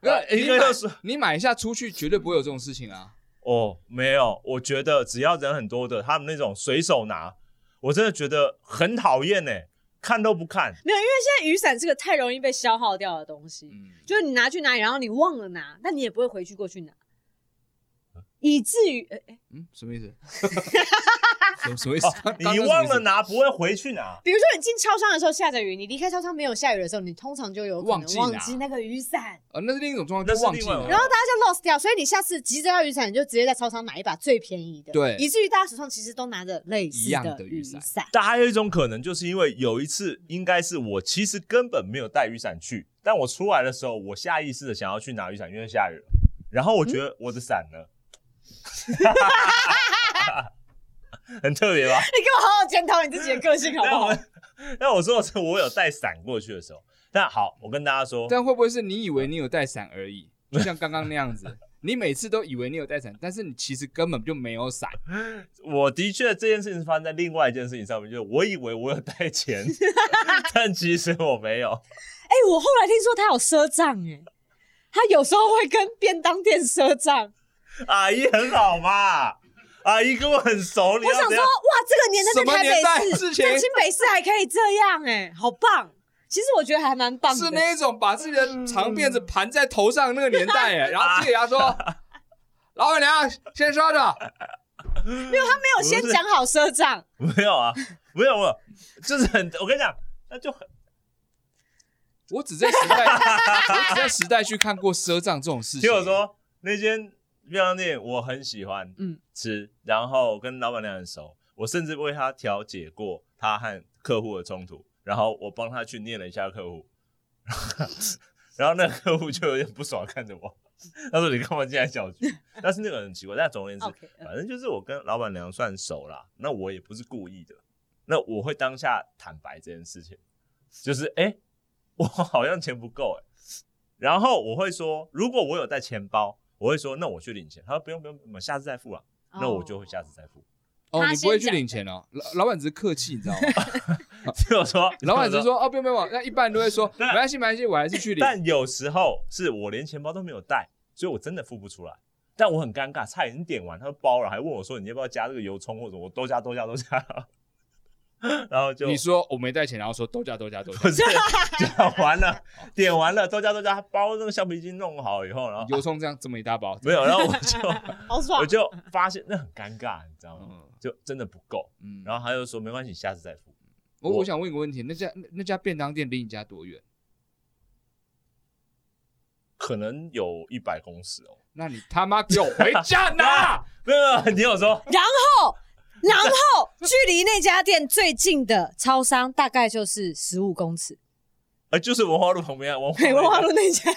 呃
没有，
一
你
个
买
又是
你买一下出去，绝对不会有这种事情啊。
哦，没有，我觉得只要人很多的，他们那种随手拿，我真的觉得很讨厌呢，看都不看。
没有？因为现在雨伞是个太容易被消耗掉的东西，
嗯，
嗯
就是你拿去哪里，然后你忘了拿，那你也不会回去过去拿。以至于、呃呃
嗯，什么意思？什么什么意思？刚
哦
刚
你
是什么
忘
意思
了拿，不会回去拿。
比如说你进超商的时候下着雨，你离开超商没有下雨的时候，你通常就有可
忘
能
记
忘
拿
记那个雨伞，
呃，那是另一种状况，
那
就是忘
另
记
外一
了哦
种
然后大家就 lost 掉，所以你下次急着要雨伞，你就直接在超商买一把最便宜的，
对
以至于大家手上其实都拿着类似
一样的
雨
雨伞
但还有一种可能，就是因为有一次，应该是我其实根本没有带雨伞去，但我出来的时候，我下意识的想要去拿雨伞，因为下雨了。然后我觉
嗯
得我的伞呢， [laughs] 很特别吧？
[laughs] 你给我好好检讨你自己的个性好不
那
哎
[laughs]
好
我？那我说的是我有带伞过去的时候。但好，我跟大家说，
但会不会是你以
嗯
为你有带伞而已？就像刚刚那样
[laughs]
子，你每次都以为你有带伞，但是你其实根本就没有伞。
我的确这件事情是发生在另外一件事情上面，就是我以为我有带钱， [laughs] 但其实我没有。
哎、我后来听说他有赊账，哎，他有时候会跟便当店赊账。哦
阿姨很好嘛，阿姨跟我很熟，你
我
要
想
怎
说，
样？
哇，这个年代在
什么
台
年代
北市，
事情
在新北市还可以这样、哎，好棒！其实我觉得还蛮棒的。
是那一种把自己
嗯
的长辫子盘在头上那个年代
[laughs]
耶，然后自己牙说：“老板娘，先稍等。
没有先
不是
讲好赊账，
[laughs] 没有啊，没有没有，就是很，我跟你讲，那就很，”
我只在时代，我只在时代去看过赊账这种事情。
听我，说，那间便当店我很喜欢
嗯，
吃，然后跟老板娘很熟，我甚至为他调解过他和客户的冲突，然后我帮他去念了一下客户， [laughs] 然后那个客户就有点不爽看着我，他说你干嘛进来搅局？但是那个人很奇怪，但总而言之
OK，嗯
反正就是我跟老板娘算熟啦，那我也不是故意的，那我会当下坦白这件事情，就是哎、诶我好像钱不够哎、然后我会说，如果我有带钱包，我会说那我去领钱，他说不用不用，我们下次再付了，
哦
那我就会下次再付。
哦，
他
你
先
不会去领钱哦，老老板只是客气，你知
[laughs]
道吗？
听我说，
啊老板只
听
是
我，
说：“哦，不用不用，那一般人都
[laughs]
会说没
那
关系没关系，我还是去领。”
但有时候是我连钱包都没有带，所以我真的付不出来。但我很尴尬，菜已经点完，他说包了，还问我说你要不要加这个油葱或者什么我都加都加都加， [laughs] 然后就
你说我没带钱，然后说都加都加都加
不，是 [laughs] 讲完了，点完了，都加都加，他包那个橡皮筋弄好以后，然后
油葱这样这么一大包，
没有，然后我就
好爽
我。就发现那很尴尬，你知道吗？
嗯
就真的不够。
嗯，
然后他就说没关系，下次再付。
我
我
我想问一个问题，那家那那家便当店离你家多远？
可能有一百公尺哦。
那你他妈给我回家
[laughs]
拿！
没有，没有你有说
然后，然后距离那家店最近的超商大概就是十五公尺，
呃，就是文化路旁边啊，文化
[laughs] 美文化
路
路那家。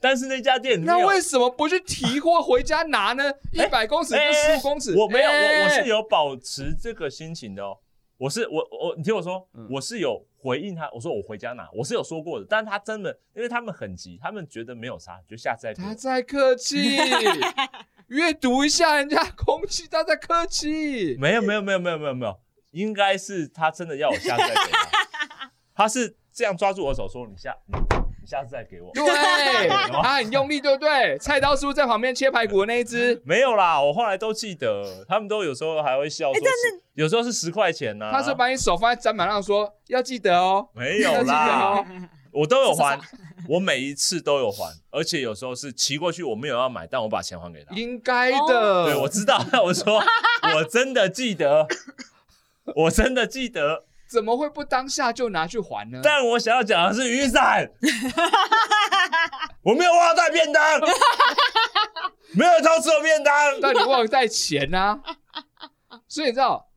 但是那家店里面
那
有
为什么不去提货回家
[laughs]
拿呢？一百公尺
哎
跟十五公尺，
我没有，我我
哎
是有保持这个心情的哦。我是我我，你听我说
嗯，
我是有回应他，我说我回家拿，我是有说过的。但他真的，因为他们很急，他们觉得没有差，就下次再给我
他在客气，
[laughs]
阅读一下人家空气，他在客气。
没有没有没有没有没有没有，应该是他真的要我下次再给他，
[laughs]
他是这样抓住我的手说你下你你下次再给我。
对，
有
他很用力，对不对？菜刀是不是在旁边切排骨的那一只？
没有啦，我后来都记得，他们都有时候还会笑说是，有时候是十块钱啊呢、
哎他是把你手放在砧板上说要记得哦，
没有
[laughs] 要记
啦
得，哦。
我都有还，我每一次都有还，而且有时候是骑过去我没有要买，但我把钱还给他。
应该
哦
的。
对，我知
[laughs]
道，我说我真的记得，我真的记得，
怎么会不当下就拿去还呢？
但我想要讲的是雨伞，我没有忘了带便当，没有偷吃我便当。
但你忘了带钱呐、所以你知道，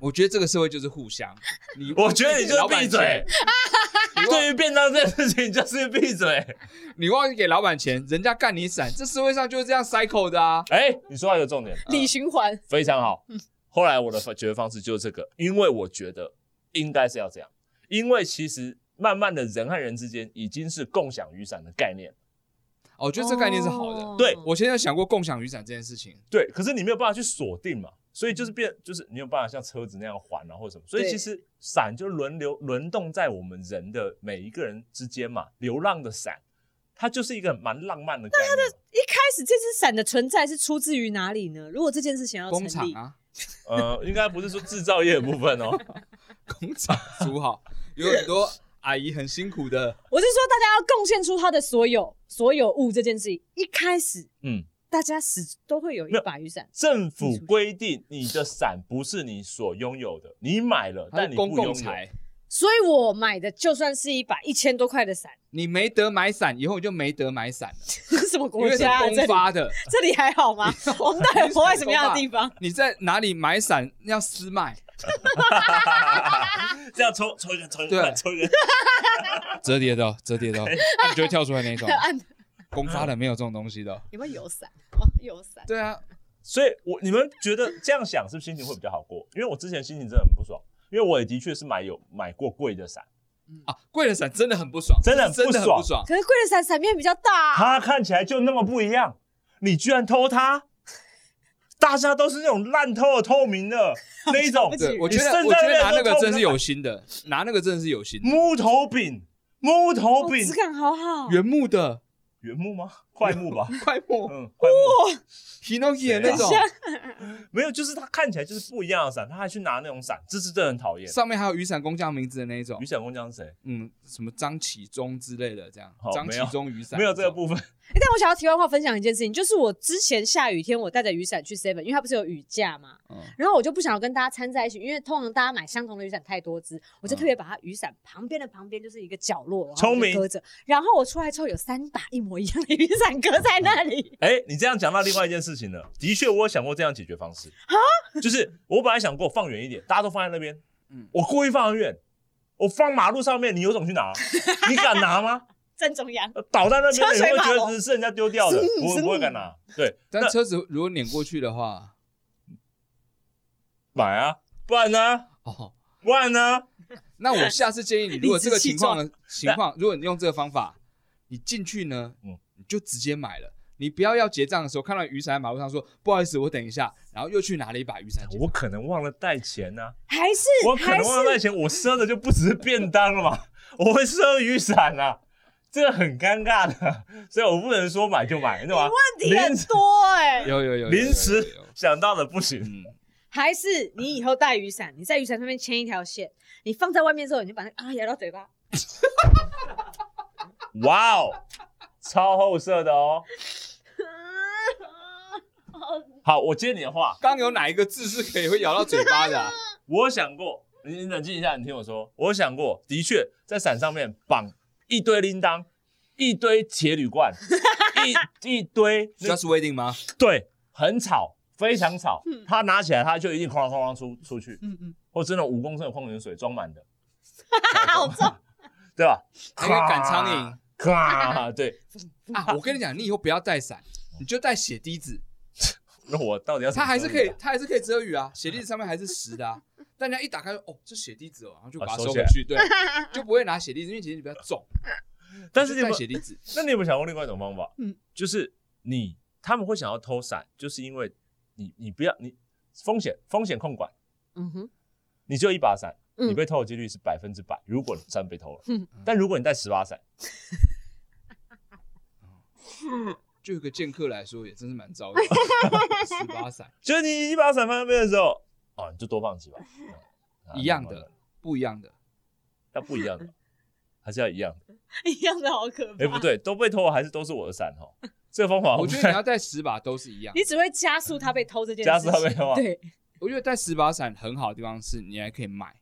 我觉得这个社会就是互相。你
[laughs] 我觉得你就是
老板
闭嘴
钱， [laughs] 你忘
对于便当这件事情，就是闭嘴。
你忘记给老板钱，人家干你伞，这社会上就是这样 cycle 的啊。
哎、你说到一个重点，
李循环，
非常好。后来我的解决方式就是这个，因为我觉得应该是要这样，因为其实慢慢的人和人之间已经是共享雨伞的概念。
哦，我觉得这概念是好的。
哦
对
我现在想过共享雨伞这件事情，
对，可是你没有办法去锁定嘛，所以就是变，就是你没有办法像车子那样还啊，或者什么。所以
对
其实伞就轮流轮动在我们人的每一个人之间嘛，流浪的伞，它就是一个蛮浪漫的概念嘛。
一开始这只伞的存在是出自于哪里呢？如果这件事情要成
工厂
立，
啊， [laughs]
呃，应该不是说制造业的部分哦，
工厂租好，有很多阿姨很辛苦的。
我是说大家要贡献出他的所有所有物这件事情，一开始
嗯，
大家始都会有一
没有
把雨伞，
政府规定你的伞不是你所拥有的，你买了，
它
但
是
你不
公
拥有
共。财，
所以我买的就算是一把一千多块的伞，
你没得买伞，以后你就没得买伞了，
什么
因
国
为是
家、啊？这
公
里
发的。
这里还好吗？我们到底活在什么样的地
[laughs]
方？
你在哪里买伞要私卖？
[laughs] 这样抽抽一根，抽一
对啊
根，抽一根。
折叠的哦，折叠的哦，那你就会跳出来 [laughs] 那种
按
公发的没有这种东西的哦。
有没有有伞？哦，有伞。
对啊，
所以我你们觉得这样想是不是心情会比较好过？因为我之前心情真的很不爽，因为我也的确是买有买过贵的
[laughs]
伞，
啊，贵的伞真的很不爽，
真的很
真的很
不
不爽。
可是贵的伞伞面比较大、啊，
它看起来就那么不一样，你居然偷它！大家都是那种烂透的透明
[laughs]
的那一种
不起
对，我觉
你
得
剩
我觉
在那
得拿那
边
个嗯
都
真
偷不
是
到
有心的，拿那个真的是有心的。
木头柄，木头
哦
柄
质，感好好。
原木的
原木
[laughs]
吗？块木吧，
快木啊
嗯，块木
Hinoki 的那种，
没有，就是它看起来就是不一样的伞，他还去拿那种伞，这是真的很讨厌。
上面还有雨伞工匠名字的那一种
雨，伞工匠是谁？
嗯，什么张启忠之类的，这样
好
张
没
启
有
忠雨伞
没有这个
种
部分， [laughs]
欸但我想要题外话分享一件事情，就是我之前下雨天，我带着雨伞去 Seven，因为它不是有雨架嘛，
嗯
然后我就不想要跟大家掺在一起，因为通常大家买相同的雨伞太多只，我就特别把它雨伞旁边的旁边就是一个角落，然
嗯
后
聪明
就搁着。然后我出来之后有三把一模一样的雨伞搁在那里，
哎、你这样讲到另外一件事情了。的确，我有想过这样解决方式就是我本来想过放远一点，大家都放在那边，
嗯
我故意放得远，我放马路上面，你有种去拿？你敢拿吗？
正中央。
倒在那边，
车
你
水
会
马
觉
龙
得是人家丢掉的，
是
我
是
不会敢拿。对，
但
那
车子如果碾过去的话，
买啊，不然呢？
哦，
不然呢？
那我下次建议你，如果这个情况的情况，如果你用这个方法，你进去呢，
嗯
你就直接买了。你不要要结账的时候看到雨伞在马路上说不好意思，我等一下，然后又去拿了一把雨伞结账。
我可能忘了带钱啊呢、
还是
[laughs] 我可
还
能
是
忘了带钱，我赊的就不只是便当了嘛，我会赊雨伞啊，这个很尴尬的，所以我不能说买就买，对吧？
问题很多
[laughs]
哎、
有有有有有有有
临时想到的不行。
嗯，
还是你以后带雨伞，你在雨伞上面牵一条线，你放在外面之后，你就把那啊咬到嘴巴， [laughs]
哇哦，超后色的哦。
啊
啊好，我接你的话，
刚有哪一个字是可以会咬到嘴巴的 [laughs] 啊？
我想过，你你冷静一下，你听我说，我想过，的确在伞上面绑一堆铃铛，一堆铁铝
[laughs]
罐，一一堆那
Just waiting 吗？
对，很吵，非常吵。他拿起来，他就一定哐啷哐啷出出去，
嗯嗯，
或者那种五公升的矿泉水装满的，
好重，
对吧？
还可以赶苍蝇，
咔， [laughs] 对。
[laughs] 啊！我跟你讲，你以后不要带伞，你就带血滴子，
那我到底要怎么啊
它还是
说
可以
呢，
它还是可以遮雨啊。血滴子上面还是实的啊，但人家一打开，哦，这血滴子哦，然后就把它
啊收
收
起
回
来
去，对，就不会拿血滴子，因为血滴子比较重。
但是你
就带
们
血滴子，
那你有没有想过另外一种方法？
嗯
就是你他们会想要偷伞，就是因为你你不要你风险风险控管，
嗯哼，
你只有一把伞，
嗯
你被偷的几率是百分之百。如果伞被偷了，
嗯
但如果你带十把伞，
就有个剑客来说，也真是蛮糟的。十八伞
就是你一把伞放在那边的时候，哦，你就多放几把，啊
一样的，，不一样的，
那不一样 [laughs] 的，还是要一样的。
一样的好可怕。
哎，不对，都被偷了还是都是我的伞 [laughs] 哦。这个方法
我觉
不
得
太
你要带十把都是一样。
你只会加速他被偷这件事
加
情。
上面的话，
对，
我觉得带十把伞很好的地方是，你还可以卖。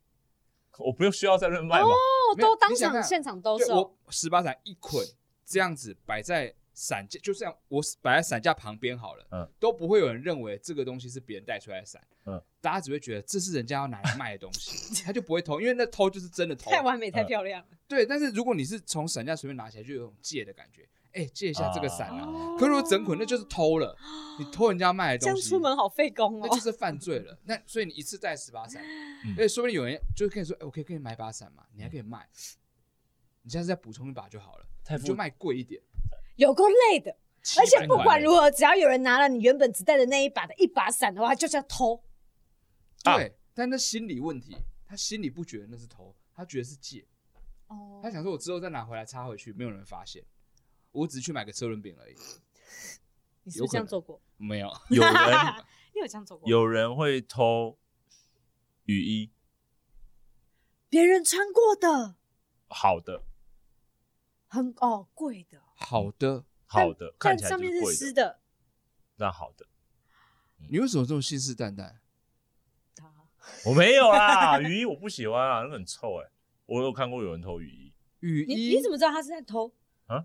我不用需要在那边卖嘛。
[laughs] 哦，
没有
都当
你想
场
看
现场兜
对
售
我，十把伞一捆这样子摆在伞架，就这样我摆在伞架旁边好了，
嗯
都不会有人认为这个东西是别人带出来的伞，
嗯
大家只会觉得这是人家要拿来卖的东西，他就不会偷，因为那偷就是真的偷。啊
太完美太漂亮了。
对，但是如果你是从伞架随便拿起来，就有种借的感觉，哎、借一下这个伞啊。
哦
可是如果整捆，那就是偷了，你偷人家卖的
哦这样
东西，
出门好费工
那就
哦。
是犯罪
[laughs]
了。那所以你一次带十把伞，
嗯
而且说不定有人就跟你说：“哎、我可以给你买把伞嘛，你还可以卖，你下次再补充一把就好了，
太
你
复
就卖贵一点。
有够累的，
700
而且不管
块
如何，只要有人拿了你原本只带的那一把的一把伞的话，就是要偷。
啊
对，但那心理问题，他心里不觉得那是偷，他觉得是借，
哦
他，想说我之后再拿回来插回去，没有人发现，我只是去买个车轮饼而已，
你是不是这样做过？
没有。
有人 [laughs]
[laughs] 你有这样做过？
有人会偷雨衣，
别人穿过的，
好的，
很哦贵的，
好的，
好的，看
但
起来就
上面
是
是
贵
湿
的。
的，
那好的，
你为什么这么信誓旦旦？
他
我没有 [laughs] 啦，雨衣我不喜欢啊，那个很臭哎、我有看过有人偷雨衣，
雨
你
衣
你怎么知道他是在偷 [laughs]
啊？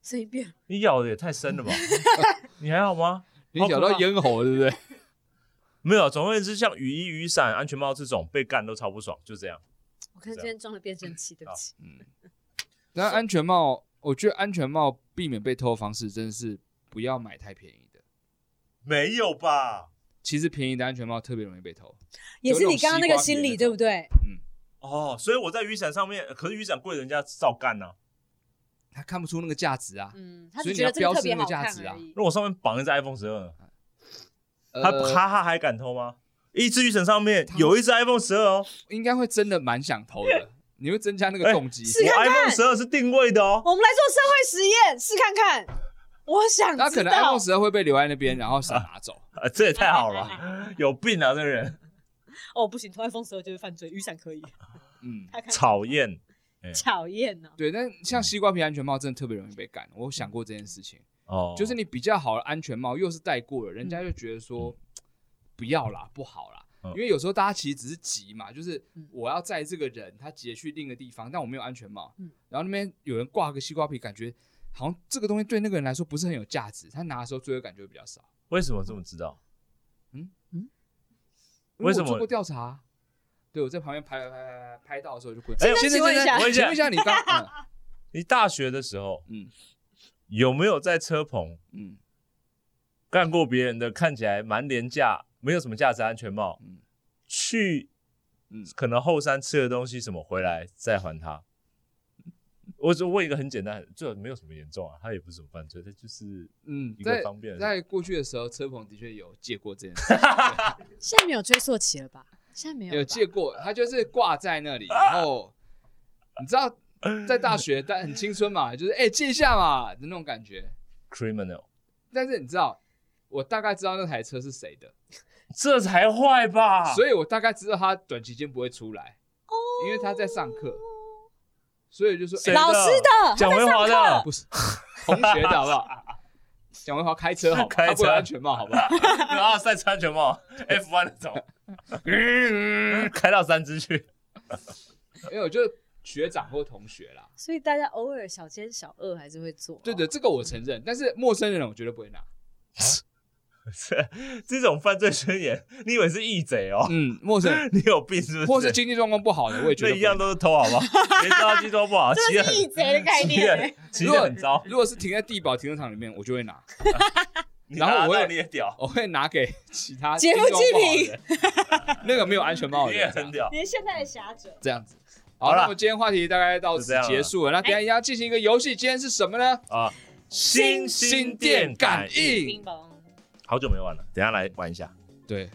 声音变了，
你咬的也太深了 [laughs] 吧？你还好吗？
你咬到咽喉，对不对？
没有，总而言之，像雨衣、雨伞、安全帽这种被干都超不爽，就这样。
我看今天装了变声器，对不起。
但嗯安全帽，我觉得安全帽避免被偷的方式真的是不要买太便宜的。
没有吧？
其实便宜的安全帽特别容易被偷，
也是你刚刚那个心理，
有那
对不
种西瓜皮的那种
对？
哦，所以我在雨伞上面，可是雨伞贵人家照干呐、
他看不出那个价值啊。
嗯，他只
所以
觉得
你
这
要
个特
标示
别
那个
好
价
看
值啊
而已。
如果上面绑一只 iPhone 十二，他
呃
哈哈还敢偷吗？一只雨伞上面有一只 iPhone 十二哦，
应该会真的蛮想偷 [laughs] 的，你会增加那个
哎
动机。
是
我
看看
iPhone 十二是定位的哦。
我们来做社会实验，试看看。我想
那可
知
能
道
iPhone 十二会被留在那边，然后想拿走。
啊，这也太好了
[laughs]
吧，有病啊！这个人
哦，不行，偷 iPhone 十二就是犯罪，雨伞可以。
[laughs] 嗯，
他看
讨厌。
讨厌哦呢，
对。但像西瓜皮安全帽真的特别容易被干，我想过这件事情，
哦，
就是你比较好的安全帽又是戴过了，人
嗯
家就觉得说不要啦，不好啦。
嗯
因为有时候大家其实只是急嘛，就是
嗯
我要载这个人，他急着去另一个地方，但我没有安全帽
嗯，
然后那边有人挂个西瓜皮，感觉好像这个东西对那个人来说不是很有价值，他拿的时候罪恶感就会比较少。
为什么这么知道？
因我
为什么
做过调查？对，我在旁边拍拍拍拍拍到的时候就过来。
哎
先生
请问一下
先生请问一下，你刚嗯
[laughs] 你大学的时候
嗯
有没有在车棚
嗯
干过别人的看起来蛮廉价、没有什么价值的安全帽？
嗯
去
嗯
可能后山吃的东西什么回来再还他。我只问一个很简单，这没有什么严重啊，他也不是什么犯罪，他就是
嗯
一，个
在
方便
在过去的时候，车棚的确有借过这件事，
[laughs] 现在没有追溯期了吧？现在没有吧
有借过，他就是挂在那里，然后你知道在大学，但很青春嘛，就是哎、借一下嘛的那种感觉。
criminal，
但是你知道，我大概知道那台车是谁的，
这才坏吧？
所以我大概知道他短期间不会出来，
哦
因为他在上课，所以就说哎
谁的
老师的
蒋
他
维
在上
华的
课，
不是同学的好不好？蒋文华开车好
[laughs]
吗，
开车
他不戴安全帽好不
[laughs]
好？
有奥赛车安啊全
[laughs]
帽 F1 那种， [laughs] 开到三只去。
因为我就是学长或同学啦。
所以大家偶尔小奸小恶还是会做。哦
对对，，这个我承认，但是陌生人我绝对不会拿。
这这种犯罪宣言，你以为是义贼哦？
嗯，陌生人
[laughs] 你有病是
或
不
是
是？
经济状况不好的，我也觉
这
得
一样。都是偷，好
[laughs]
不好？别抓鸡抓不好，骑得
这是
很
[laughs] 义贼的概
骑
念
得
欸。
很骑得很糟。
如果是停在地堡停车场里面，我就会拿，
你
然后
拿
我会
到你也屌，
我会拿给其他
劫富济
贫 [laughs] 那个没有安全帽的
你 [laughs] 也
人
很屌。
连现在的侠者，
这样子。
好
好
啦
那我们今天话题大概到
就这
此
样了
结束了。那等一下要进行一个游戏，今天是什么呢？
啊，心
心心
心
电
电
感
感
应
应，
冰雹。
好久没玩了，等一下来玩一下。
对，